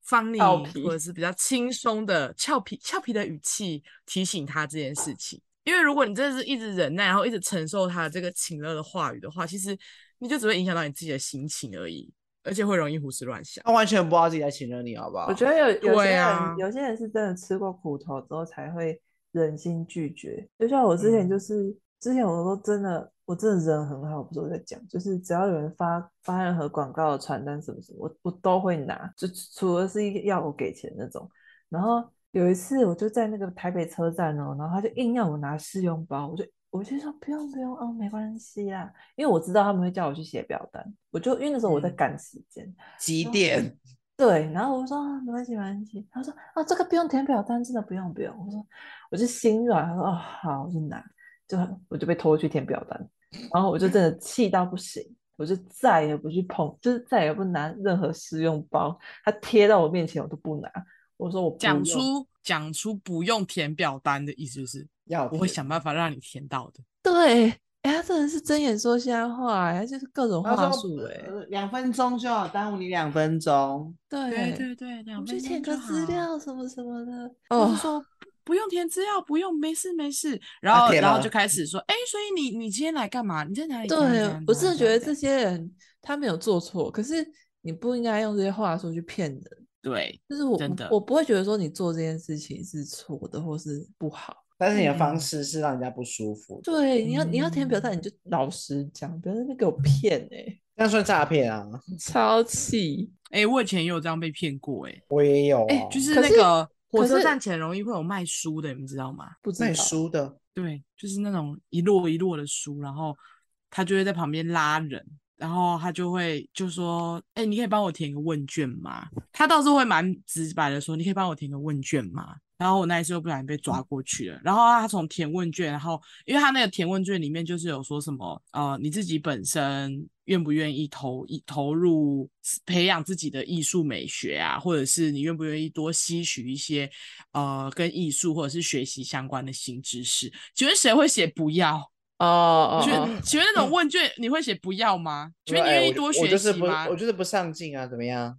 Speaker 3: funny
Speaker 1: 俏
Speaker 3: 或者
Speaker 1: 皮
Speaker 3: 是比较轻松的俏皮俏皮的语气提醒他这件事情。因为如果你真的是一直忍耐，然后一直承受他这个情勒的话语的话，其实你就只会影响到你自己的心情而已，而且会容易胡思乱想。
Speaker 2: 他完全不知道自己在情勒你，好不好？
Speaker 1: 我觉得有有些
Speaker 3: 对
Speaker 1: 人、
Speaker 3: 啊
Speaker 1: 有些人是真的吃过苦头之后才会忍心拒绝，就像我之前
Speaker 3: 嗯
Speaker 1: 就是、之前我都真的我真的人很好，不是我在讲，就是只要有人发发任何广告的传单什么什么，我我都会拿，就除了是要我给钱那种。然后有一次我就在那个台北车站哦，然后他就硬要我拿试用包，我就我就说不用不用哦，没关系啦，因为我知道他们会叫我去写表单，我就因为那时候我在
Speaker 3: 嗯
Speaker 1: 赶时间，
Speaker 2: 几点？ <laughs>
Speaker 1: 对，然后我就说啊，没关系，没关系。他说啊，这个不用填表单，真的不用，不用。我说我就心软，他说哦，好，我就拿，就我就被拖去填表单，然后我就真的气到不行，我就再也不去碰，就是再也不拿任何试用包，他贴到我面前我都不拿，我说我不
Speaker 3: 讲
Speaker 1: 用
Speaker 3: 出讲出不用填表单的意思就是，
Speaker 2: 要
Speaker 3: 我会
Speaker 2: 填
Speaker 3: 想办法让你填到的。
Speaker 1: 对，哎，他真的是睁眼说瞎话，哎，他就是各种
Speaker 2: 他
Speaker 1: 话
Speaker 2: 说
Speaker 1: 术，哎，
Speaker 2: 呃两分钟就好，耽误你两分钟。
Speaker 3: 对
Speaker 1: 对，
Speaker 3: 对对，两
Speaker 1: 我
Speaker 3: 分
Speaker 1: 去
Speaker 3: 钟
Speaker 1: 填个
Speaker 3: 就
Speaker 1: 资
Speaker 3: 好，
Speaker 1: 料什么什么的，
Speaker 3: 或
Speaker 1: 哦
Speaker 3: 是，说不不用填资料，不用，没事没事。然
Speaker 2: 啊
Speaker 3: 后
Speaker 2: 填
Speaker 3: 然后
Speaker 2: 了
Speaker 3: 就开始说，哎，所以你你今天来干嘛？你在哪里？
Speaker 1: 对
Speaker 3: 怎样怎样，
Speaker 1: 我
Speaker 3: 怎
Speaker 1: 真
Speaker 3: 样
Speaker 1: 的觉得
Speaker 3: 怎
Speaker 1: 这
Speaker 3: 样
Speaker 1: 些人他没有做错，可是你不应该用这些话术去骗人。
Speaker 3: 对，
Speaker 1: 就是我
Speaker 3: 真
Speaker 1: 我
Speaker 3: 的
Speaker 1: 我不会觉得说你做这件事情是错的或是不好。
Speaker 2: 但是你的方
Speaker 3: 嗯
Speaker 2: 式是让人家不舒服的，
Speaker 1: 对，你要你要填表单，你就老实讲，不要在那边给我骗哎、
Speaker 2: 这样算诈骗啊！
Speaker 1: 超气。
Speaker 3: 哎，我以前也有这样被骗过，哎
Speaker 2: 我也有
Speaker 1: 哎
Speaker 2: 啊
Speaker 3: 就是
Speaker 1: 可
Speaker 3: 那
Speaker 1: 是
Speaker 3: 个火
Speaker 1: 可
Speaker 3: 车
Speaker 1: 是
Speaker 3: 站前容易会有卖书的，你们知道吗？
Speaker 1: 不知
Speaker 2: 卖
Speaker 1: 道
Speaker 2: 书的，
Speaker 3: 对，就是那种一摞一摞的书，然后他就会在旁边拉人，然后他就会就说：“哎、你可以帮我填个问卷吗？”他倒是会蛮直白的说：“你可以帮我填个问卷吗？”然后我那一次又不小心被抓过去了。然后他从填问卷，然后因为他那个填问卷里面就是有说什么，呃，你自己本身愿不愿意投一投入培养自己的艺术美学啊，或者是你愿不愿意多吸取一些呃跟艺术或者是学习相关的新知识？请问谁会写不要？
Speaker 1: 哦哦
Speaker 3: 请
Speaker 1: 哦
Speaker 3: 问请问那种问卷你会写不要吗？
Speaker 2: 嗯
Speaker 3: 请
Speaker 2: 对
Speaker 3: 问你
Speaker 2: 哎
Speaker 3: 愿意
Speaker 2: 我就
Speaker 3: 多
Speaker 2: 我
Speaker 3: 学
Speaker 2: 就是
Speaker 3: 习
Speaker 2: 不，
Speaker 3: 吗
Speaker 2: 我？就是不上进啊，怎么样？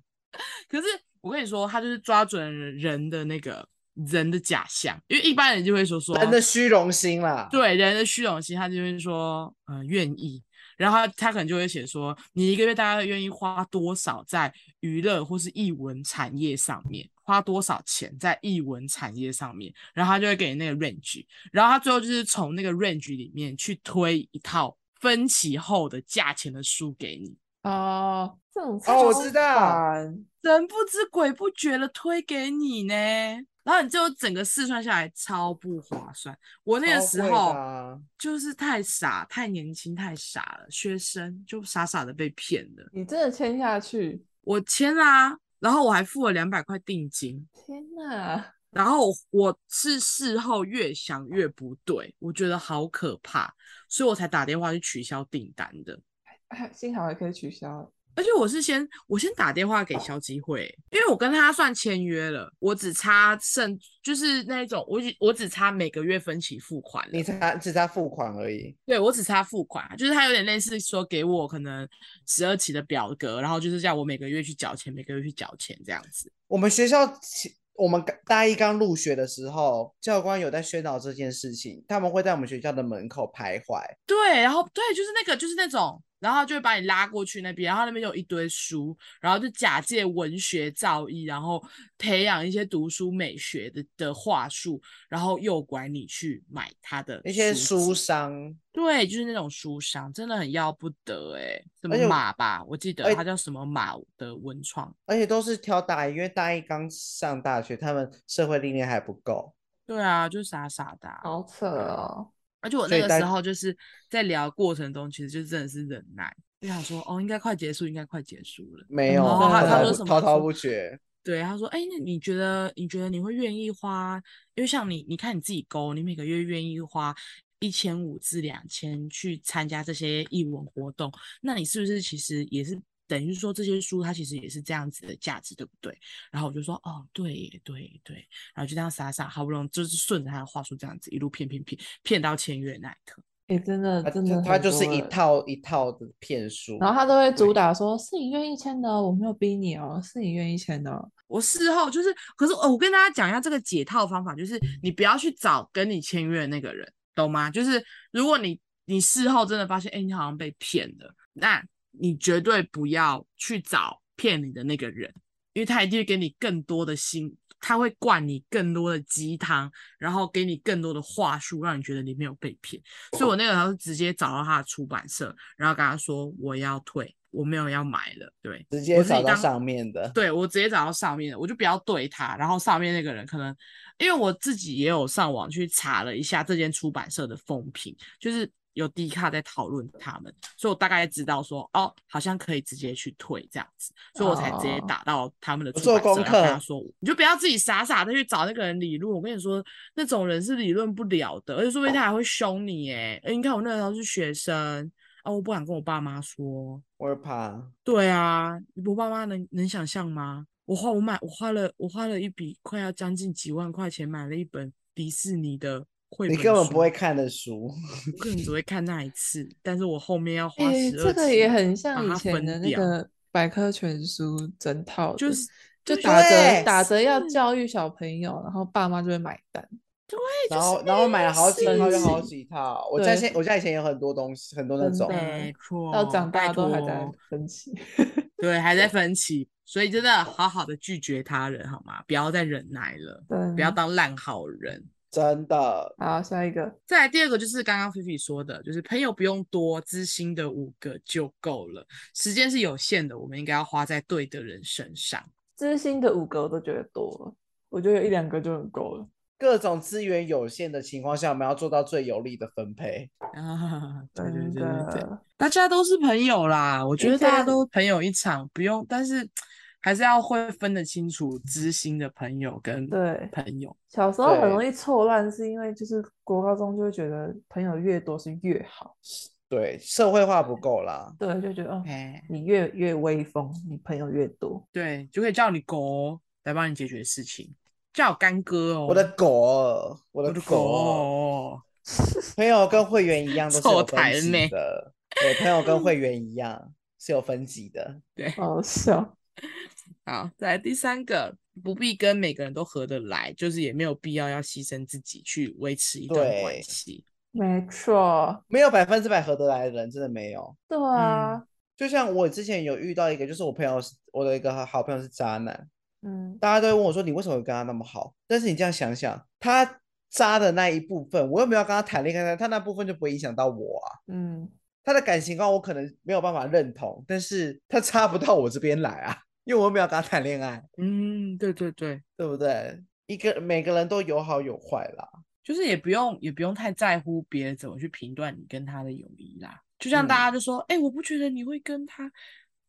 Speaker 3: 可是我跟你说，他就是抓准人的那个人的假象，因为一般人就会说说
Speaker 2: 人的虚荣心啦，，
Speaker 3: 对人的虚荣心，他就会说，嗯、愿意。然后他他可能就会写说，你一个月大概愿意花多少在娱乐或是艺文产业上面，花多少钱在艺文产业上面，然后他就会给你那个 range，然后他最后就是从那个 range 里面去推一套分期后的价钱的书给你，
Speaker 1: 哦，这种
Speaker 2: 哦我
Speaker 1: 超
Speaker 2: 知道
Speaker 1: 烦
Speaker 3: 神不知鬼不觉的推给你呢，然后你就整个试算下来超不划算。我那个时候、就是太傻、太年轻、太傻了，学生就傻傻的被骗了。
Speaker 1: 你真的签下去，
Speaker 3: 我签啦、然后我还付了两百块定金。
Speaker 1: 天哪！
Speaker 3: <laughs> 然后我我是事后越想越不对，我觉得好可怕，所以我才打电话去取消订单的。
Speaker 1: 哎幸好还可以取消。
Speaker 3: 而且我是先我先打电话给肖机会，因为我跟他算签约了，我只差剩就是那一种，我只我只差每个月分期付款了
Speaker 2: 你才只差付款而已。
Speaker 3: 对我只差付款，啊就是他有点类似说给我可能十二期的表格，然后就是叫我每个月去缴钱，每个月去缴钱这样子。
Speaker 2: 我们学校其我们刚大一刚入学的时候，教官有在宣导这件事情，他们会在我们学校的门口徘徊。
Speaker 3: 对，然后对，就是那个就是那种，然后就会把你拉过去那边，然后那边就有一堆书，然后就假借文学造诣，然后培养一些读书美学的的话术，然后诱拐你去买他的
Speaker 2: 那些书
Speaker 3: 籍
Speaker 2: 商，
Speaker 3: 对，就是那种书商，真的很要不得哎、什么
Speaker 2: 而且我
Speaker 3: 马吧，我记得
Speaker 2: 哎
Speaker 3: 他叫什么马的文创。
Speaker 2: 而且都是挑大一，因为大一刚上大学，他们社会历练还不够。
Speaker 3: 对啊，就傻傻的啊、
Speaker 1: 好扯
Speaker 2: 啊
Speaker 1: 哦！
Speaker 3: 而且我
Speaker 2: 所
Speaker 3: 那
Speaker 2: 以
Speaker 3: 个
Speaker 2: 大
Speaker 3: 时候就是在聊过程中，其实就真的是忍耐，就想说哦，应该快结束，应该快结束了。
Speaker 2: 没有，
Speaker 1: 后他
Speaker 2: 滔
Speaker 1: 他
Speaker 2: 滔
Speaker 1: 说
Speaker 2: 不
Speaker 3: 什么
Speaker 2: 滔滔
Speaker 3: 说
Speaker 2: 不绝。
Speaker 3: 对，他说，哎，那你觉得你觉得你会愿意花？因为像你，你看你自己勾，你每个月愿意花一千五至两千去参加这些艺文活动，那你是不是其实也是等于说这些书它其实也是这样子的价值，对不对？然后我就说，哦，对耶对耶对耶，然后就这样傻傻好不容易就是顺着他的话术这样子一路骗骗骗骗到签约那一刻。
Speaker 1: 哎、真的
Speaker 2: 他
Speaker 1: 真的
Speaker 2: 啊他
Speaker 1: 很
Speaker 2: 就是
Speaker 1: 多
Speaker 2: 一
Speaker 1: 人
Speaker 2: 套一套的骗术，
Speaker 1: 然后他都会主
Speaker 3: 对
Speaker 1: 打说：“是你愿意签的哦，我没有逼你哦，是你愿意签的哦。
Speaker 3: 我事后就是，可是哦，我跟大家讲一下这个解套方法，就是你不要去找跟你签约的那个人，懂吗？就是如果你你事后真的发现，哎、你好像被骗了，那你绝对不要去找骗你的那个人，因为他一定会给你更多的心，他会灌你更多的鸡汤，然后给你更多的话术，让你觉得你没有被骗。所以我那个时候是直接找到他的出版社，然后跟他说我要退，我没有要买了，对。
Speaker 2: 直
Speaker 3: 我
Speaker 2: 接
Speaker 3: 自己
Speaker 2: 找到
Speaker 3: 当
Speaker 2: 上面的。
Speaker 3: 对我直接找到上面的，我就不要对他。然后上面那个人可能，因为我自己也有上网去查了一下这间出版社的风评，就是有低卡在讨论他们，所以我大概知道说，哦，好像可以直接去退这样子，所以我才直接
Speaker 1: 哦
Speaker 3: 打到他们的
Speaker 2: 我
Speaker 3: 出
Speaker 2: 做
Speaker 3: 版社，
Speaker 2: 功
Speaker 3: 然后跟他
Speaker 2: 课
Speaker 3: 说，你就不要自己傻傻的去找那个人理论。我跟你说，那种人是理论不了的，而且说不定他还会凶你。哎，哎，你看我那个时候是学生啊，我不敢跟我爸妈说。
Speaker 2: 我会怕，
Speaker 3: 对啊，我爸妈能能想象吗？我花我买我花了我花了一笔快要将近几万块钱买了一本迪士尼的绘
Speaker 2: 你
Speaker 3: 本
Speaker 2: 根本
Speaker 3: 书
Speaker 2: 不会，看的书。
Speaker 3: 我可能只会看那一次，但是我后面要花
Speaker 1: 哎，
Speaker 3: 十
Speaker 1: 这
Speaker 3: 二
Speaker 1: 个
Speaker 3: 期
Speaker 1: 也很
Speaker 3: 把
Speaker 1: 像以
Speaker 3: 它
Speaker 1: 前
Speaker 3: 分
Speaker 1: 的那
Speaker 3: 掉
Speaker 1: 个百科全书整套的，
Speaker 3: 就是
Speaker 1: 就
Speaker 3: 对
Speaker 1: 打着
Speaker 2: 对
Speaker 1: 打着要
Speaker 3: 是
Speaker 1: 教育小朋友，然后爸妈就会买单。
Speaker 2: <laughs> 然后然后买了好几
Speaker 1: 没
Speaker 2: 套又好
Speaker 1: 事
Speaker 2: 几套，我家
Speaker 1: 对
Speaker 2: 现我家以前有很多东西，很多那
Speaker 1: 真
Speaker 2: 种
Speaker 1: 的
Speaker 3: 没错，
Speaker 1: 到长
Speaker 3: 哦拜
Speaker 1: 大都还在
Speaker 3: 托
Speaker 1: 分 <laughs> 歧。
Speaker 3: 对，还在分歧，所以真的好好的拒绝他人好吗？不要再忍耐了，不要
Speaker 1: 嗯
Speaker 3: 当烂好人。
Speaker 2: 真的
Speaker 1: 好，下一个，
Speaker 3: 再来第二个就是刚刚菲菲说的，就是朋友不用多，知心的五个就够了。时间是有限的，我们应该要花在对的人身上。 <laughs>
Speaker 1: 知心的五个我都觉得多了，我觉得有一两个就很够了。
Speaker 2: 各种资源有限的情况下，我们要做到最有利的分配。
Speaker 3: 啊，对对
Speaker 1: 真
Speaker 3: 对对对，
Speaker 1: 的，
Speaker 3: 大家都是朋友啦，我觉
Speaker 1: 而
Speaker 3: 得大家
Speaker 1: 且
Speaker 3: 都朋友一场，不用，但是还是要会分得清楚知心的朋友跟
Speaker 1: 对。
Speaker 3: 朋友。
Speaker 1: 小时候很容
Speaker 2: 对
Speaker 1: 易错乱，是因为就是国高中就会觉得朋友越多是越好，
Speaker 2: 对，社会化不够啦。
Speaker 1: 对，就觉得哦，
Speaker 3: 哎，
Speaker 1: 你越越威风，你朋友越多。
Speaker 3: 对，就可以叫你狗来帮你解决事情，叫我干哥哦，
Speaker 2: 我的狗儿，我
Speaker 3: 我
Speaker 2: 的
Speaker 1: 哦
Speaker 3: 的哦
Speaker 2: 狗儿，
Speaker 3: 狗，
Speaker 2: 朋友跟会员一样都是
Speaker 3: 臭
Speaker 2: 有分
Speaker 3: 台妹
Speaker 2: 级的，对，朋友跟会员一样是有分级的。
Speaker 1: 好笑。
Speaker 3: 好，再来第三个，不必跟每个人都合得来，就是也没有必要要牺牲自己去维持一段关
Speaker 2: 对
Speaker 3: 系。
Speaker 1: 没错，
Speaker 2: 没有百分之百合得来的人，真的没有。
Speaker 1: 对啊，
Speaker 2: 就像我之前有遇到一个，就是我朋友是，我的一个好朋友是渣男，
Speaker 1: 嗯，
Speaker 2: 大家都会问我说你为什么会跟他那么好？但是你这样想想，他渣的那一部分，我又没有跟他谈恋爱，他那部分就不会影响到我啊。
Speaker 1: 嗯，
Speaker 2: 他的感情观我可能没有办法认同，但是他插不到我这边来啊，因为我又没有跟他谈恋爱， <laughs>
Speaker 3: 嗯，对对对，
Speaker 2: 对不对？一个每个人都有好有坏啦，
Speaker 3: 就是也不用也不用太在乎别人怎么去评断你跟他的友谊啦。就像
Speaker 1: 嗯
Speaker 3: 大家就说，哎、我不觉得你会跟他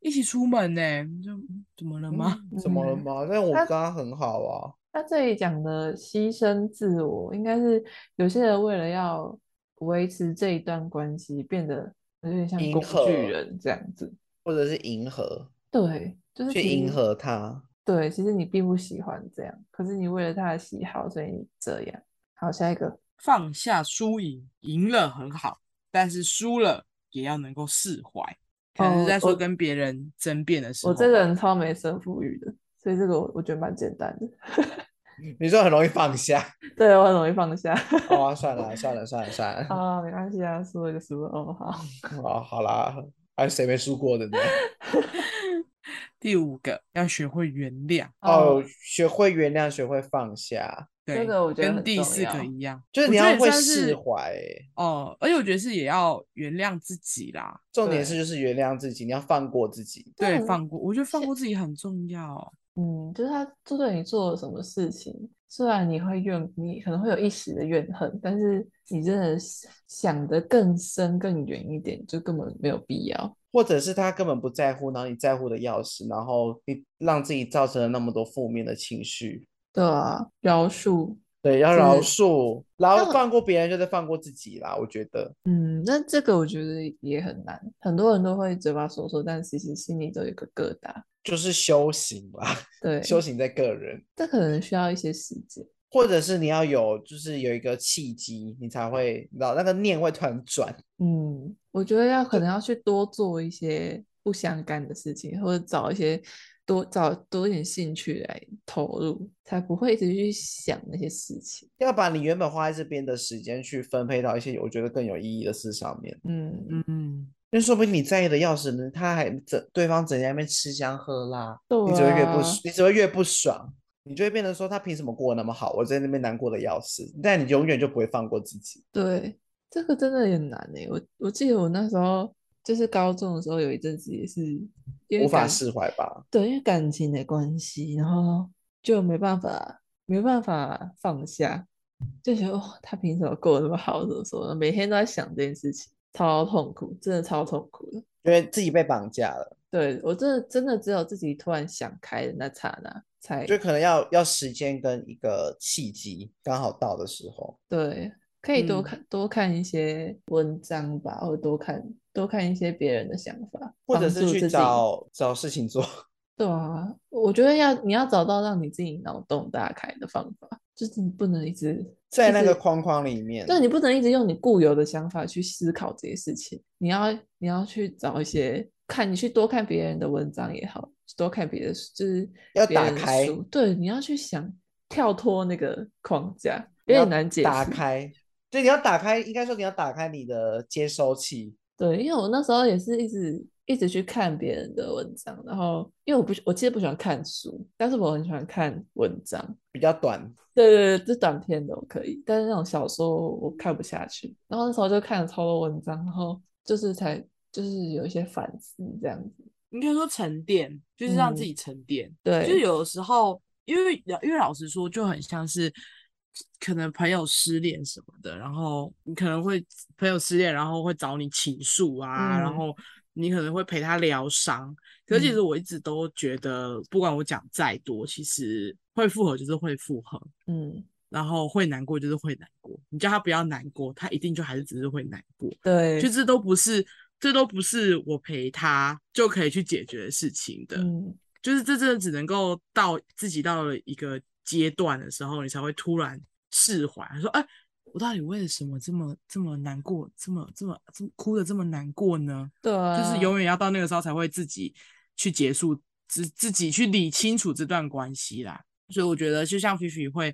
Speaker 3: 一起出门呢、就嗯怎么了吗？
Speaker 2: 嗯怎么了
Speaker 1: 嗯
Speaker 2: 吗？但我
Speaker 1: 他
Speaker 2: 跟他很好啊，
Speaker 1: 他这里讲的牺牲自我，应该是有些人为了要维持这一段关系，变得有点像
Speaker 2: 迎
Speaker 1: 工
Speaker 2: 合
Speaker 1: 具人这样子。
Speaker 2: 或者是迎合，
Speaker 1: 对，就是
Speaker 2: 去
Speaker 1: 其
Speaker 2: 迎
Speaker 1: 实
Speaker 2: 合他。
Speaker 1: 对，其实你并不喜欢这样，可是你为了他的喜好，所以你这样。好，下一个，
Speaker 3: 放下输赢，赢了很好，但是输了也要能够释怀。可能
Speaker 1: 哦
Speaker 3: 是在
Speaker 1: 我
Speaker 3: 说跟别人争辩的时候
Speaker 1: 我
Speaker 3: 吧，
Speaker 1: 这个人超没胜负欲的，所以这个我我觉得蛮简单的。 <laughs>
Speaker 2: 你说很容易放下，
Speaker 1: 对，我很容易放下。
Speaker 2: 哦、啊，算了算了算了算
Speaker 1: <laughs>
Speaker 2: 了，
Speaker 1: 啊，没关系啊，输了就输了。哦，好，
Speaker 2: 哦，好啦，还谁没输过的呢？
Speaker 3: 第五个要学会原谅，
Speaker 2: 哦，，学会原谅，学会放下，
Speaker 3: 对，
Speaker 1: 这个我觉得
Speaker 3: 跟
Speaker 1: 很
Speaker 3: 第
Speaker 1: 重
Speaker 3: 四
Speaker 1: 要
Speaker 3: 个一样，
Speaker 2: 就是
Speaker 3: 我
Speaker 2: 你
Speaker 3: 觉
Speaker 2: 要
Speaker 3: 得也
Speaker 2: 会
Speaker 3: 算是
Speaker 2: 释怀欸。
Speaker 3: 哦，而且我觉得是也要原谅自己啦，
Speaker 2: 重点
Speaker 1: 对
Speaker 2: 是就是原谅自己，你要放过自己。
Speaker 1: 对
Speaker 3: 对，
Speaker 1: 很
Speaker 3: 放过，我觉得放
Speaker 1: 是
Speaker 3: 过自己很重要。
Speaker 1: 嗯，就是他做对你做了什么事情，虽然你会怨，你可能会有一时的怨恨，但是你真的是想得更深更远一点，就根本没有必要。
Speaker 2: 或者是他根本不在乎，然后你在乎的要死，然后你让自己造成了那么多负面的情绪。
Speaker 1: 对啊，饶恕。
Speaker 2: 对，要
Speaker 1: 真的
Speaker 2: 饶
Speaker 1: 是
Speaker 2: 恕，然后
Speaker 1: 那
Speaker 2: 放过别人就是放过自己啦。我觉得，
Speaker 1: 嗯，那这个我觉得也很难，很多人都会嘴巴说说，但其实心里都有一个疙瘩。
Speaker 2: 就是修行啦， <laughs>
Speaker 1: 对，
Speaker 2: 修行在个人，
Speaker 1: 这可能需要一些时间。
Speaker 2: 或者是你要有，就是有一个契机，你才会，你知道那个念会突然转。
Speaker 1: 嗯，我觉得要可能要去多做一些不相干的事情，或者找一些多找多一点兴趣来投入，才不会一直去想那些事情。
Speaker 2: 要把你原本花在这边的时间去分配到一些我觉得更有意义的事上面，
Speaker 1: 嗯，
Speaker 3: 嗯，
Speaker 2: 因为说不定你在意的要死呢，他还整对方整天在那边吃香喝辣，
Speaker 1: 对
Speaker 2: 你只会越不
Speaker 1: 啊，
Speaker 2: 爽，你只会越不爽，你就会变得说他凭什么过得那么好，我在那边难过的要死，但你永远就不会放过自己。
Speaker 1: 对，这个真的很难诶。我我记得我那时候就是高中的时候，有一阵子也是因为
Speaker 2: 无法
Speaker 1: 感
Speaker 2: 释怀吧？
Speaker 1: 对，因为感情的关系，然后就没办法，没办法放下，就觉得、哦、他凭什么过得那么好，怎么说呢？每天都在想这件事情，超痛苦，真的超痛苦的。
Speaker 2: 因为自己被绑架了，
Speaker 1: 对，我真的真的只有自己突然想开的那刹那才
Speaker 2: 就可能要要时间跟一个契机刚好到的时候，
Speaker 1: 对，可以多
Speaker 3: 嗯
Speaker 1: 看多看一些文章吧，或者多看多看一些别人的想法，
Speaker 2: 或者
Speaker 1: 帮
Speaker 2: 是
Speaker 1: 助
Speaker 2: 去
Speaker 1: 自己。
Speaker 2: 找找事情做。
Speaker 1: 对啊，我觉得要你要找到让你自己脑洞大开的方法，就是你不能一直
Speaker 2: 在
Speaker 1: 就
Speaker 2: 那个
Speaker 1: 是
Speaker 2: 框框里面，
Speaker 1: 对，你不能一直用你固有的想法去思考这些事情，你要你要去找一些看，你去多看别人的文章也好，多看别的书，就是
Speaker 2: 要
Speaker 1: 别
Speaker 2: 打
Speaker 1: 人的
Speaker 2: 开
Speaker 1: 书，对，你要去想跳脱那个框架，
Speaker 2: 你
Speaker 1: 有
Speaker 2: 要
Speaker 1: 点难解
Speaker 2: 打
Speaker 1: 释。
Speaker 2: 开，对，你要打开，应该说你要打开你的接收器，
Speaker 1: 对，因为我那时候也是一直一直去看别人的文章，然后因为我不我其实不喜欢看书，但是我很喜欢看文章。
Speaker 2: 比较短。
Speaker 1: 对对对，这短篇的我可以，但是那种小说我看不下去。然后那时候就看了超多文章，然后就是才就是有一些反思这样子。
Speaker 3: 应该说沉淀，就是让
Speaker 1: 嗯
Speaker 3: 自己沉淀。就
Speaker 1: 对，
Speaker 3: 有的时候，因为老因为老实说，就很像是可能朋友失恋什么的，然后你可能会朋友失恋，然后会找你倾诉啊，然
Speaker 1: 嗯
Speaker 3: 后你可能会陪他疗伤。可是其实我一直都觉得，不管我讲再多，其实会复合就是会复合，
Speaker 1: 嗯，
Speaker 3: 然后会难过就是会难过。你叫他不要难过，他一定就还是只是会难过。
Speaker 1: 对，
Speaker 3: 就这都不是，这都不是我陪他就可以去解决的事情的。
Speaker 1: 嗯，
Speaker 3: 就是这真的只能够到自己到了一个阶段的时候，你才会突然释怀，说：“哎、我到底为了什么这么这么难过，这么这么这么哭的这么难过呢？
Speaker 1: 对啊，
Speaker 3: 就是永远要到那个时候才会自己去结束，自自己去理清楚这段关系啦。所以我觉得，就像菲菲会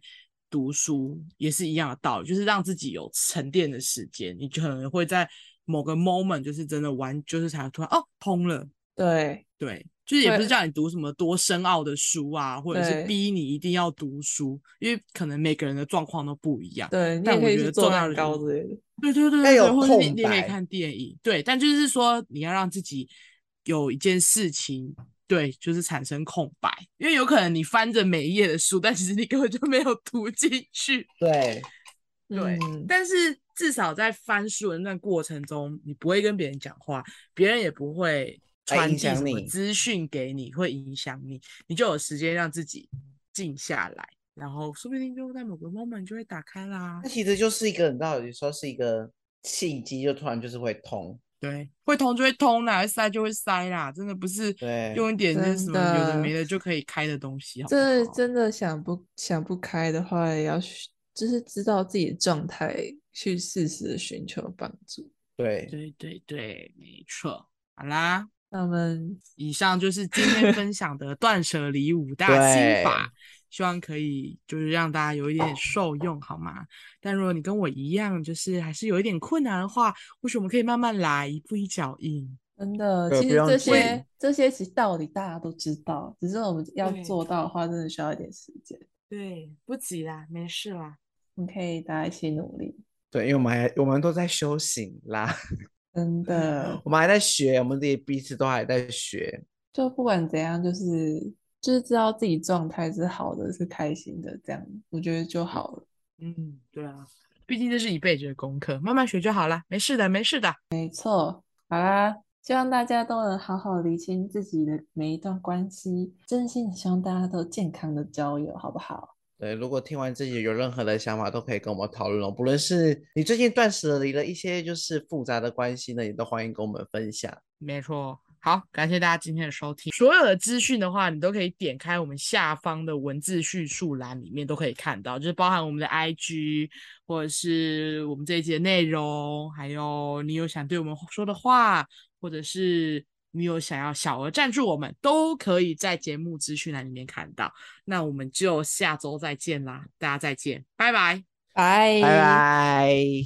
Speaker 3: 读书也是一样的道理，就是让自己有沉淀的时间，你可能会在某个 moment 就是真的完，就是才突然哦通了，
Speaker 1: 对
Speaker 3: 对。就是也不
Speaker 1: 对
Speaker 3: 是叫你读什么多深奥的书啊，或者
Speaker 1: 对
Speaker 3: 是逼你一定要读书，因为可能每个人的状况都不一样。
Speaker 1: 对，你
Speaker 3: 但
Speaker 1: 也
Speaker 3: 我
Speaker 1: 可以
Speaker 3: 觉
Speaker 1: 去
Speaker 3: 得
Speaker 1: 做
Speaker 3: 重要
Speaker 1: 蛋
Speaker 3: 的
Speaker 1: 糕
Speaker 3: 是
Speaker 1: 之类的。
Speaker 3: 对
Speaker 1: <laughs>
Speaker 3: 对对
Speaker 2: 要
Speaker 3: 对
Speaker 2: 有
Speaker 3: 对，或者你
Speaker 2: 空
Speaker 3: 你也可
Speaker 2: 白
Speaker 3: 以看电影，对，但就是说你要让自己有一件事情，对，就是产生空白，因为有可能你翻着每一页的书，但其实你根本就没有读进去，
Speaker 2: 对，
Speaker 3: 对，
Speaker 1: 嗯
Speaker 3: 但是至少在翻书的那段过程中，你不会跟别人讲话，别人也不会
Speaker 2: 来
Speaker 3: 传
Speaker 2: 影
Speaker 3: 递什
Speaker 2: 响
Speaker 3: 么
Speaker 2: 你
Speaker 3: 资讯给你，会影响你，你就有时间让自己静下来，然后说不定就在某个 moment 就会打开啦
Speaker 2: 那，其实就是一个，你知道，有时候是一个契机，就突然就是会通。
Speaker 3: 对，会通就会通啦，会塞就会塞啦，真的不是
Speaker 2: 对
Speaker 3: 用一点那
Speaker 1: 真
Speaker 3: 什么有的
Speaker 1: 的
Speaker 3: 没的就可以开的东西，好不
Speaker 1: 这
Speaker 3: 好？
Speaker 1: 真的想不想不开的话，也要去就是知道自己的状态，去适时的寻求帮助。
Speaker 2: 对，
Speaker 3: 对对对，没错。好啦，
Speaker 1: 那我们
Speaker 3: 以上就是今天 <laughs> 分享的断舍离五大心法，希望可以就是让大家有一点点受用，好吗？但如果你跟我一样，就是还是有一点困难的话，或许我们可以慢慢来，一步一脚印。
Speaker 1: 真的，
Speaker 2: 对
Speaker 1: 其
Speaker 2: 不
Speaker 1: 实
Speaker 2: 用
Speaker 1: 这
Speaker 2: 急
Speaker 1: 些这些其实道理大家都知道，只是我们要
Speaker 3: 对
Speaker 1: 做到的话，真的需要一点时间。
Speaker 3: 对，不急啦，没事啦。
Speaker 1: 我们可以大家一起努力，
Speaker 2: 对，因为我们还我们都在修行啦，
Speaker 1: 真的。
Speaker 2: <laughs> 我们还在学，我们自己彼此都还在学。
Speaker 1: 就不管怎样，就是就是知道自己状态是好的，是开心的，这样我觉得就好了。
Speaker 3: 嗯，对啊，毕竟这是一辈子的功课，慢慢学就好啦，没事的，没事的。
Speaker 1: 好啦，希望大家都能好好理清自己的每一段关系，真心的希望大家都健康的交友，好不好？
Speaker 2: 对，如果听完这集有任何的想法，都可以跟我们讨论哦。不论是你最近断舍离了一些就是复杂的关系呢，也都欢迎跟我们分享。
Speaker 3: 没错，好，感谢大家今天的收听。所有的资讯的话，你都可以点开我们下方的文字叙述栏里面都可以看到，就是包含我们的 IG，或者是我们这一集的内容，还有你有想对我们说的话，或者是你有想要小额赞助我们，都可以在节目资讯栏里面看到。那我们就下周再见啦，大家再见，拜拜。
Speaker 1: 拜
Speaker 2: 拜拜。